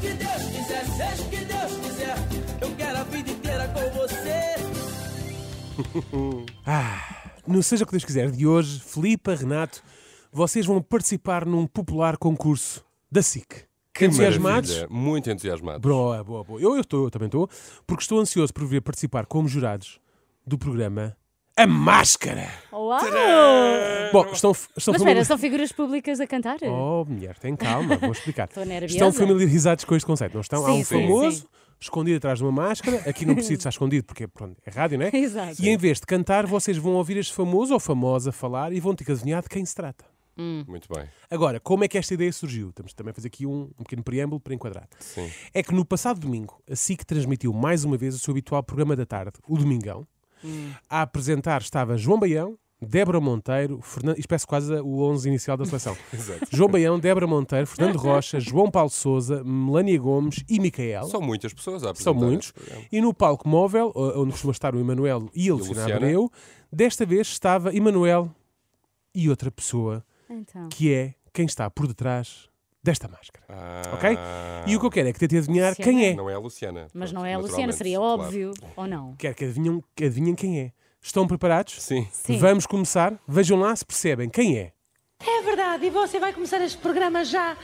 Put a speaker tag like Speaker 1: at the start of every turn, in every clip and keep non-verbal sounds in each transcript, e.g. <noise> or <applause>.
Speaker 1: que Deus quiser, seja o que Deus quiser. Eu quero a vida inteira com você.
Speaker 2: No Seja o que Deus quiser de hoje, Filipa, Renato, vocês vão participar num popular concurso da SIC.
Speaker 3: Que
Speaker 2: Entusiasmados?
Speaker 3: maravilha. Muito entusiasmados.
Speaker 2: Boa, boa, boa. Eu eu estou, eu também estou, porque estou ansioso por vir participar como jurados do programa A Máscara.
Speaker 4: Uau!
Speaker 2: Bom, estão, estão
Speaker 4: Mas espera, são figuras públicas a cantar?
Speaker 2: Oh, mulher, tem calma, vou
Speaker 4: <laughs>
Speaker 2: explicar.
Speaker 4: Estou nerviosa.
Speaker 2: estão familiarizados com este conceito, não estão? Há
Speaker 4: Sim,
Speaker 2: um
Speaker 4: sim,
Speaker 2: famoso
Speaker 4: sim.
Speaker 2: escondido atrás de uma máscara, aqui não precisa estar escondido porque pronto, é rádio, não é?
Speaker 4: <laughs> Exato.
Speaker 2: E em vez de cantar, vocês vão ouvir este famoso ou famosa falar e vão ter que adivinhar de quem se trata.
Speaker 3: Muito bem.
Speaker 2: Agora, como é que esta ideia surgiu? Temos de também fazer aqui um, um pequeno preâmbulo para enquadrar.
Speaker 3: Sim.
Speaker 2: É que no passado domingo, a SIC transmitiu mais uma vez o seu habitual programa da tarde, o Domingão. A apresentar estava João Baião, Débora Monteiro, Fernando... Isto parece quase o 11 inicial da <laughs> seleção. João Baião, Débora Monteiro, Fernando Rocha, João Paulo Souza, Melania Gomes e Micael.
Speaker 3: São muitas pessoas a
Speaker 2: São
Speaker 3: apresentar
Speaker 2: muitos.
Speaker 3: este programa.
Speaker 2: E no palco móvel, o- onde costuma estar o Emanuel e a Luciana
Speaker 3: Luciana.
Speaker 2: Abreu, desta vez estava Emanuel e outra pessoa,
Speaker 4: Então.
Speaker 2: que é quem está por detrás desta máscara.
Speaker 3: Ah,
Speaker 2: Ok? E o que eu quero é que tentem adivinhar
Speaker 4: Luciana.
Speaker 2: quem é.
Speaker 3: Não é a Luciana.
Speaker 4: Mas
Speaker 3: Pronto,
Speaker 4: não é a Luciana,
Speaker 3: naturalmente,
Speaker 4: seria
Speaker 3: claro.
Speaker 4: óbvio, ou não?
Speaker 2: Quero que adivinhem, que adivinhem quem é. Estão preparados?
Speaker 3: Sim.
Speaker 4: Sim.
Speaker 2: Vamos começar. Vejam lá se percebem quem é.
Speaker 5: É verdade, e você vai começar este programa já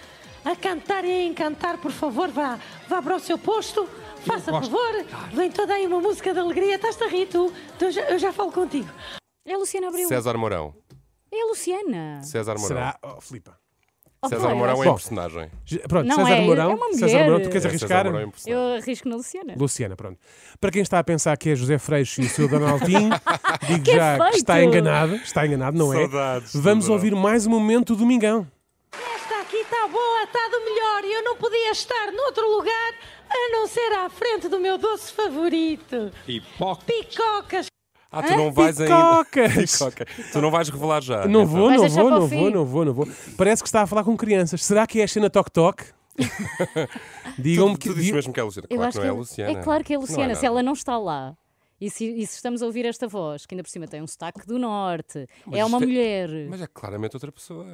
Speaker 5: a cantar e a encantar, por favor, vá, vá para o seu posto, faça favor, vem toda aí uma música de alegria, estás a rir tu, Então já- eu já falo contigo.
Speaker 4: É a Luciana Abreu.
Speaker 3: César Mourão.
Speaker 4: É a Luciana. Oh,
Speaker 3: César Mourão.
Speaker 2: Será? Oh, Filipa.
Speaker 4: Ou
Speaker 3: César
Speaker 4: foi?
Speaker 3: Mourão é
Speaker 2: Bom.
Speaker 3: um personagem.
Speaker 2: Ge- Pronto,
Speaker 4: Não
Speaker 2: César
Speaker 4: é,
Speaker 2: Mourão.
Speaker 4: é uma
Speaker 2: César
Speaker 4: mulher.
Speaker 2: Mourão, tu queres
Speaker 3: César
Speaker 2: arriscar?
Speaker 3: Mourão é um personagem.
Speaker 4: Eu arrisco na Luciana.
Speaker 2: Luciana, pronto. Para quem está a pensar que é José Freixo e o seu
Speaker 4: <laughs>
Speaker 2: Donaldinho, digo
Speaker 4: Que
Speaker 2: já que
Speaker 4: feito!
Speaker 2: está enganado. Está enganado, não é?
Speaker 3: Saudades do
Speaker 2: Vamos
Speaker 3: Mourão.
Speaker 2: ouvir mais um momento do Domingão.
Speaker 5: Esta aqui está boa, está do melhor, e eu não podia estar noutro lugar a não ser à frente do meu doce favorito.
Speaker 3: Pipoca.
Speaker 5: Picocas,
Speaker 3: Ah, tu não vais ainda.
Speaker 2: <laughs> Pipocas.
Speaker 3: Pipoca. Tu não vais revelar já.
Speaker 2: Não
Speaker 3: Então,
Speaker 2: vou,
Speaker 4: Vais
Speaker 2: não
Speaker 4: deixar
Speaker 2: vou,
Speaker 4: para o
Speaker 2: não
Speaker 4: fim.
Speaker 2: vou, não vou, não vou. Parece que está a falar com crianças. Será que é a cena Toc
Speaker 3: <laughs>
Speaker 2: Toc? Digam-me
Speaker 3: Tu,
Speaker 2: que.
Speaker 3: tu dizes mesmo que é a Luciana.
Speaker 4: Eu
Speaker 3: Claro que não
Speaker 4: acho que
Speaker 3: é a
Speaker 4: é-
Speaker 3: Luciana.
Speaker 4: É claro que é a
Speaker 3: Não
Speaker 4: Luciana, se
Speaker 3: nada.
Speaker 4: ela não está lá. E se, e se estamos a ouvir esta voz, que ainda por cima tem um sotaque do norte, é uma
Speaker 3: isto é-
Speaker 4: mulher. Mas...
Speaker 3: Mas é claramente outra pessoa.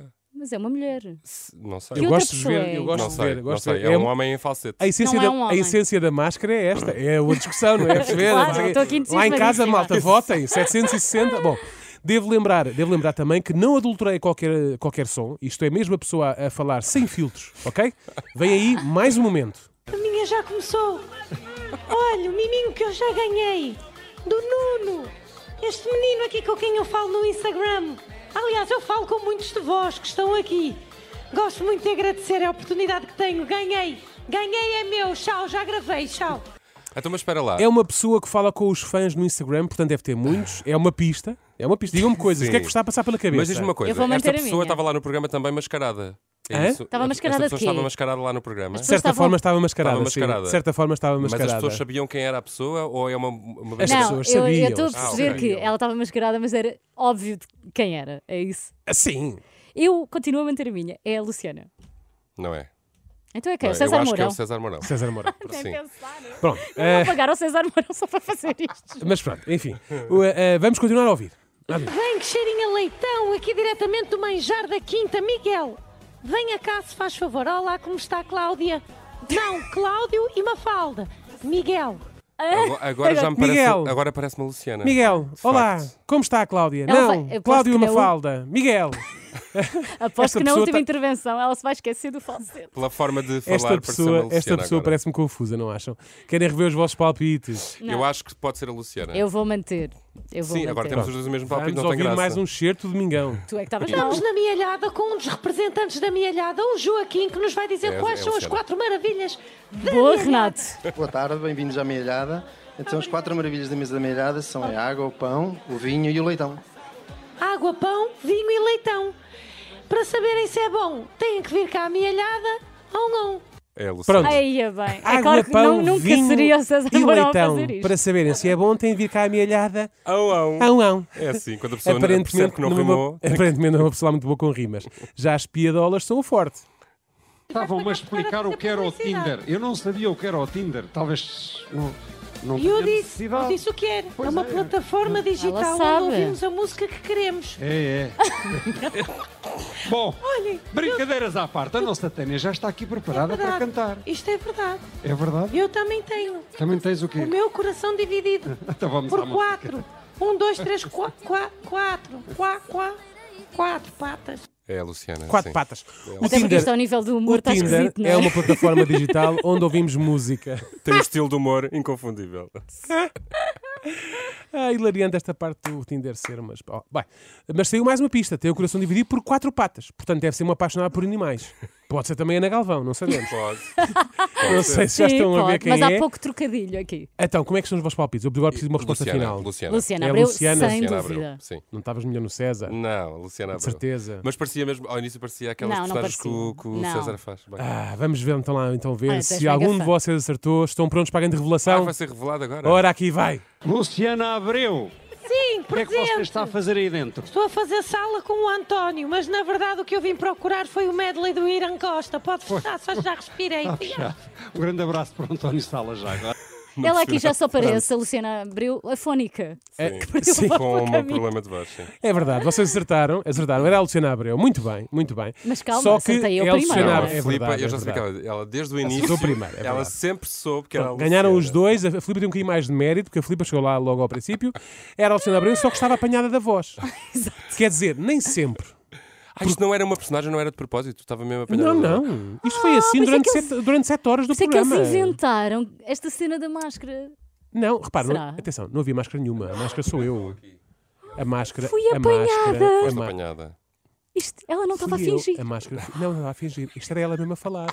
Speaker 4: é uma mulher.
Speaker 3: Se- Não sei.
Speaker 4: Que
Speaker 2: eu
Speaker 4: outra
Speaker 2: gosto de
Speaker 4: pessoa
Speaker 2: ver,
Speaker 4: é?
Speaker 2: eu
Speaker 3: não
Speaker 2: gosto de
Speaker 3: sei,
Speaker 2: ver.
Speaker 3: não
Speaker 2: gosto de
Speaker 3: sei.
Speaker 2: ver.
Speaker 3: É,
Speaker 2: É-
Speaker 3: um homem em falsete.
Speaker 2: A essência,
Speaker 4: Não é
Speaker 2: da,
Speaker 4: um
Speaker 2: a
Speaker 4: homem.
Speaker 2: essência da máscara é esta, é a discussão,
Speaker 4: <laughs>
Speaker 2: não é? Perceber?
Speaker 4: Claro,
Speaker 2: Não sei o quê.
Speaker 4: estou aqui
Speaker 2: Lá em
Speaker 4: entusiasmadíssima.
Speaker 2: casa, malta, votem, 760. Bom, devo lembrar, devo lembrar também que não adulterei qualquer, qualquer som, isto é mesmo a pessoa a falar sem filtros, ok? Vem aí mais um momento.
Speaker 5: a minha já começou. Olha, o miminho que eu já ganhei, do Nuno, este menino aqui com quem eu falo no Instagram. Aliás, eu falo com muitos de vós que estão aqui. Gosto muito de agradecer a oportunidade que tenho. Ganhei, ganhei é meu. Tchau, já gravei, tchau.
Speaker 3: Então, mas espera lá.
Speaker 2: É uma pessoa que fala com os fãs no Instagram, portanto deve ter muitos, é uma pista, é uma pista. Digam-me coisas, o que é que vos está a passar pela cabeça?
Speaker 3: Mas diz-me uma coisa,
Speaker 4: Eu vou manter
Speaker 3: esta
Speaker 4: a
Speaker 3: pessoa
Speaker 4: minha.
Speaker 3: estava lá no programa também mascarada.
Speaker 2: Hã?
Speaker 3: isso?
Speaker 4: Estava mascarada
Speaker 3: Esta pessoa
Speaker 4: de quê?
Speaker 3: estava mascarada lá no programa.
Speaker 2: De
Speaker 4: pessoas
Speaker 2: certa
Speaker 4: estavam-
Speaker 2: forma estava mascarada,
Speaker 3: Estava
Speaker 2: sim.
Speaker 3: mascarada.
Speaker 2: De certa forma estava
Speaker 3: Mas
Speaker 2: mascarada.
Speaker 3: as pessoas sabiam quem era a pessoa ou é uma, uma
Speaker 2: As
Speaker 3: brincadeira?
Speaker 4: não,
Speaker 2: pessoas
Speaker 4: eu- eu
Speaker 2: sabiam,
Speaker 4: estou a
Speaker 2: elas
Speaker 4: perceber
Speaker 3: sabiam.
Speaker 4: que ela estava mascarada, mas era óbvio de quem era. É isso.
Speaker 2: Ah, Sim,
Speaker 4: Eu continuo a manter a minha. É a Luciana.
Speaker 3: Não é?
Speaker 4: Então é quem?
Speaker 3: eu
Speaker 4: O César
Speaker 3: acho que é
Speaker 4: Mourão. É
Speaker 3: o César Mourão.
Speaker 2: César
Speaker 4: <laughs>
Speaker 2: Mourão.
Speaker 3: Sim.
Speaker 2: Pronto,
Speaker 4: Vou
Speaker 2: eh,
Speaker 4: pagar ao César Mourão só para fazer
Speaker 2: <laughs>
Speaker 4: isto.
Speaker 2: mas pronto, enfim. O, eh, eh, vamos continuar a ouvir.
Speaker 5: Vem que cheirinho a leitão, aqui diretamente do Manjar da Quinta. Miguel, venha cá se faz favor. Olá, como está Cláudia? Não, Cláudio e Mafalda. Miguel,
Speaker 2: É
Speaker 3: Agora, agora já me parece,
Speaker 2: Miguel.
Speaker 3: agora parece uma Luciana.
Speaker 2: Miguel,
Speaker 3: De
Speaker 2: olá,
Speaker 3: facto.
Speaker 2: como está a Cláudia?
Speaker 4: Ela vai-
Speaker 2: não,
Speaker 4: aposto
Speaker 2: Cláudio
Speaker 4: que não.
Speaker 2: Mafalda. Miguel,
Speaker 4: Aposto
Speaker 2: Esta
Speaker 4: que na
Speaker 2: pessoa
Speaker 4: última
Speaker 2: tá-
Speaker 4: intervenção ela se vai esquecer do falsete.
Speaker 3: Pela forma de falar,
Speaker 2: esta
Speaker 3: pareceu uma
Speaker 2: pessoa,
Speaker 3: Luciana
Speaker 2: esta pessoa
Speaker 3: agora.
Speaker 2: parece-me confusa, não acham? Querem rever os vossos palpites?
Speaker 4: Não.
Speaker 3: Eu acho que pode ser a Luciana.
Speaker 4: Eu vou manter. Eu vou
Speaker 3: Sim,
Speaker 4: manter.
Speaker 3: agora temos os dois o mesmo palpite,
Speaker 2: Vamos
Speaker 3: não tem
Speaker 2: ouvir
Speaker 3: graça.
Speaker 2: mais um certo do Mingão.
Speaker 4: Tu é que estavas mal.
Speaker 5: Estamos na Mialhada com um dos representantes da Mialhada, o Joaquim, que nos vai dizer
Speaker 3: É,
Speaker 5: quais
Speaker 3: é
Speaker 5: são as
Speaker 3: Luciana.
Speaker 5: quatro maravilhas da
Speaker 4: Boa,
Speaker 5: Mialhada.
Speaker 4: Renato.
Speaker 6: Boa tarde, bem-vindos à Meilhada. Então, as quatro maravilhas da mesa da Meilhada são a água, o pão, o vinho e o leitão.
Speaker 5: Água, pão, vinho e leitão. Para saberem se é bom, têm que vir cá à Mialhada. On, on.
Speaker 3: É a Luciana.
Speaker 2: Pronto.
Speaker 4: Aí é bem. É
Speaker 2: Água,
Speaker 4: claro que
Speaker 2: pão,
Speaker 4: não, nunca
Speaker 2: vinho
Speaker 4: seria o César
Speaker 2: e
Speaker 4: Mourão
Speaker 2: leitão.
Speaker 4: a fazer isto.
Speaker 2: Para saberem se é bom, tem de vir cá a mialhada.
Speaker 3: Au, au.
Speaker 2: Ão, ão.
Speaker 3: É assim, quando a pessoa não percebe que não
Speaker 2: não é
Speaker 3: rimou.
Speaker 2: uma, aparentemente não é uma pessoa muito boa com rimas. Já as piadolas são o forte.
Speaker 7: Estavam-me a explicar o que era o Tinder. Eu não sabia o que era o Tinder. Talvez. não- Não
Speaker 5: E eu
Speaker 7: tinha
Speaker 5: disse, eu
Speaker 7: necessidade.
Speaker 5: disse o que era.
Speaker 7: Pois
Speaker 5: é uma
Speaker 7: é.
Speaker 5: plataforma digital
Speaker 4: sabe.
Speaker 5: onde ouvimos a música que queremos.
Speaker 7: É, <laughs> é. Bom,
Speaker 5: Olhem,
Speaker 7: brincadeiras à parte, a nossa Tânia já está aqui preparada para
Speaker 5: verdade.
Speaker 7: cantar.
Speaker 5: Isto é verdade.
Speaker 7: É verdade?
Speaker 5: Eu também tenho.
Speaker 7: Também tens o
Speaker 5: O
Speaker 7: quê?
Speaker 5: meu coração dividido.
Speaker 7: <laughs> Então vamos à
Speaker 5: Por
Speaker 7: música.
Speaker 5: quatro. Um, dois, três, qua- qua- quatro. Qua- qua- Quatro patas.
Speaker 3: É a Luciana.
Speaker 2: Quatro
Speaker 3: sim. É.
Speaker 2: patas. O
Speaker 4: Até porque isto ao nível do humor
Speaker 2: o
Speaker 4: está
Speaker 2: Tinder
Speaker 4: esquisito, não é?
Speaker 2: é uma
Speaker 4: <laughs>
Speaker 2: plataforma digital onde ouvimos música.
Speaker 3: Tem um estilo de humor inconfundível.
Speaker 2: Ah, hilariante esta parte do Tinder ser, mas. ó, bem. Mas saiu mais uma pista. Tem o coração dividido por quatro patas. Portanto, deve ser uma apaixonada por animais. Pode ser também Ana Galvão, não sabemos.
Speaker 3: Pode.
Speaker 2: Não sei se já
Speaker 4: Sim,
Speaker 2: estão a
Speaker 4: pode,
Speaker 2: ver quem
Speaker 4: mas
Speaker 2: é.
Speaker 4: há pouco trocadilho aqui.
Speaker 2: Então, como é que são os vossos palpites? Eu agora preciso de uma resposta
Speaker 3: Luciana,
Speaker 2: final.
Speaker 3: Luciana.
Speaker 4: Luciana
Speaker 2: É
Speaker 4: Abreu,
Speaker 2: Luciana,
Speaker 4: sem
Speaker 3: Luciana
Speaker 4: dúvida.
Speaker 3: Abreu, Sim.
Speaker 2: Não estavas melhor no César?
Speaker 3: Não, a Luciana Abreu.
Speaker 2: De certeza.
Speaker 3: Mas parecia mesmo, ao início parecia aquelas
Speaker 4: Não, não
Speaker 3: personagens que o,
Speaker 4: parecia.
Speaker 3: que o
Speaker 4: Não.
Speaker 3: César faz. Bem.
Speaker 2: Ah, vamos ver então lá então ver
Speaker 4: Ah, tu és
Speaker 2: se
Speaker 4: mega
Speaker 2: algum de
Speaker 4: fã.
Speaker 2: vocês acertou. Estão prontos para a grande
Speaker 3: Ah,
Speaker 2: revelação?
Speaker 3: vai ser revelado agora.
Speaker 2: então-
Speaker 4: <laughs>
Speaker 2: Ora, aqui vai.
Speaker 7: Luciana Abreu,
Speaker 5: Sim,
Speaker 7: o que é que você
Speaker 5: presente.
Speaker 7: está a fazer aí dentro?
Speaker 5: Estou a fazer sala com o António, mas na verdade o que eu vim procurar foi o medley do Irã Costa. Pode fechar, só já respirei.
Speaker 7: <laughs> Já. Um grande abraço para o António Salas já agora.
Speaker 4: Ela aqui já só parece a Luciana Abreu afónica.
Speaker 2: É, que
Speaker 4: perdeu
Speaker 2: sim,
Speaker 4: a voz
Speaker 3: Com
Speaker 4: para o
Speaker 3: um
Speaker 4: caminho.
Speaker 3: problema de voz,
Speaker 4: Ah,
Speaker 3: sim.
Speaker 2: <laughs> é verdade, vocês acertaram, acertaram. Era a Luciana Abreu. Muito bem, muito bem.
Speaker 4: Mas calma,
Speaker 2: Só que
Speaker 4: acertei eu
Speaker 2: é a Luciana
Speaker 4: primeiro,
Speaker 3: Não,
Speaker 4: não é?
Speaker 3: a
Speaker 2: Abreu- é
Speaker 3: Filipa,
Speaker 2: verdade,
Speaker 3: eu
Speaker 2: é
Speaker 3: já sabia que
Speaker 2: verdade.
Speaker 3: ela, ela desde o início,
Speaker 2: Acertou primeiro, é
Speaker 3: ela
Speaker 2: verdade.
Speaker 3: sempre soube que era a
Speaker 2: Ganharam os
Speaker 3: Luciana.
Speaker 2: dois, a Filipa tem um bocadinho mais de mérito, porque a Filipa chegou lá logo ao princípio. Era a Luciana Abreu, só que estava apanhada da
Speaker 4: <laughs>
Speaker 2: voz. Quer dizer, nem sempre.
Speaker 3: Ah, isto não era uma personagem, não era de propósito, estava mesmo apanhado.
Speaker 2: Não, não. Isto foi assim
Speaker 4: mas é
Speaker 2: durante,
Speaker 4: que
Speaker 2: sete, durante sete horas do
Speaker 4: Por isso é que eles
Speaker 2: programa.
Speaker 4: inventaram esta cena da máscara.
Speaker 2: Não, repara, não-
Speaker 4: Será?
Speaker 2: atenção, não havia máscara nenhuma. A máscara sou eu. A máscara.
Speaker 4: Fui
Speaker 2: a máscara,
Speaker 4: apanhada.
Speaker 2: a ma-
Speaker 3: apanhada.
Speaker 4: Isto, ela não estava a
Speaker 2: Fui eu,
Speaker 4: fingir.
Speaker 2: A máscara. Não, não estava a fingir. Isto era ela mesma a falar.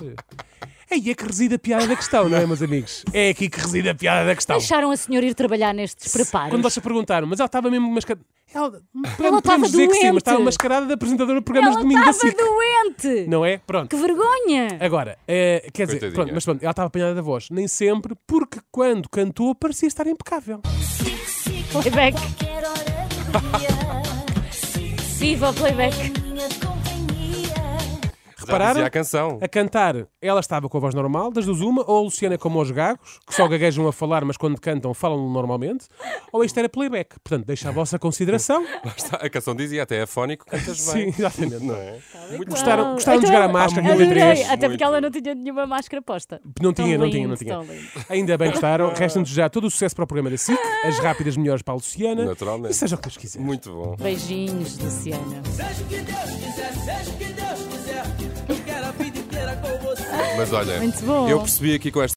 Speaker 2: Aí é que reside a piada da questão, não é, meus amigos? É aqui que reside a piada da questão.
Speaker 4: Deixaram a senhora ir trabalhar nestes preparos.
Speaker 2: Quando vocês perguntaram, mas ela estava mesmo mascarada. Ela, podemos
Speaker 4: estava
Speaker 2: dizer que sim,
Speaker 4: doente.
Speaker 2: mas estava mascarada de apresentadora de programas de
Speaker 4: ela
Speaker 2: domingo da
Speaker 4: estava
Speaker 2: SIC.
Speaker 4: doente!
Speaker 2: assim, <laughs> Não é? Pronto.
Speaker 4: Que vergonha!
Speaker 2: Agora, eh, quer dizer,
Speaker 3: Coitadinha.
Speaker 2: pronto, mas pronto, ela estava apanhada da voz. Nem sempre, porque quando cantou parecia estar impecável.
Speaker 4: Playback.
Speaker 8: Qualquer hora do dia, se
Speaker 4: Viva o playback!
Speaker 8: a minha companhia.
Speaker 3: Já
Speaker 2: Repararam?
Speaker 3: dizia a canção.
Speaker 2: A cantar, ela estava com a voz normal, das duas uma, ou a Luciana é como os gagos, que só gaguejam a falar, mas quando cantam falam normalmente, ou isto era playback. Portanto, deixa a vossa consideração.
Speaker 3: Lá está, A canção dizia até é fónico, cantas
Speaker 2: Sim,
Speaker 3: bem.
Speaker 2: exatamente.
Speaker 3: Não é? Muito
Speaker 2: Gostaram,
Speaker 4: Ah,
Speaker 2: gostaram de jogar a máscara no
Speaker 4: adorei,
Speaker 2: B3?
Speaker 4: Até
Speaker 3: Muito.
Speaker 4: porque ela não tinha nenhuma máscara posta.
Speaker 2: Não tinha,
Speaker 4: Tão
Speaker 2: não tinha,
Speaker 4: lindo,
Speaker 2: não tinha.
Speaker 4: tão lindo.
Speaker 2: Ainda bem que gostaram. Resta-nos já todo o sucesso para o programa da SIC, as rápidas melhores para a Luciana.
Speaker 3: Naturalmente.
Speaker 2: E seja o que Deus quiser.
Speaker 3: Muito bom.
Speaker 4: Beijinhos, Luciana.
Speaker 1: Seja o que Deus quiser, seja o que Deus quiser, eu quero a vida inteira com você.
Speaker 3: Mas olha,
Speaker 4: Muito bom.
Speaker 3: eu percebi aqui com esta.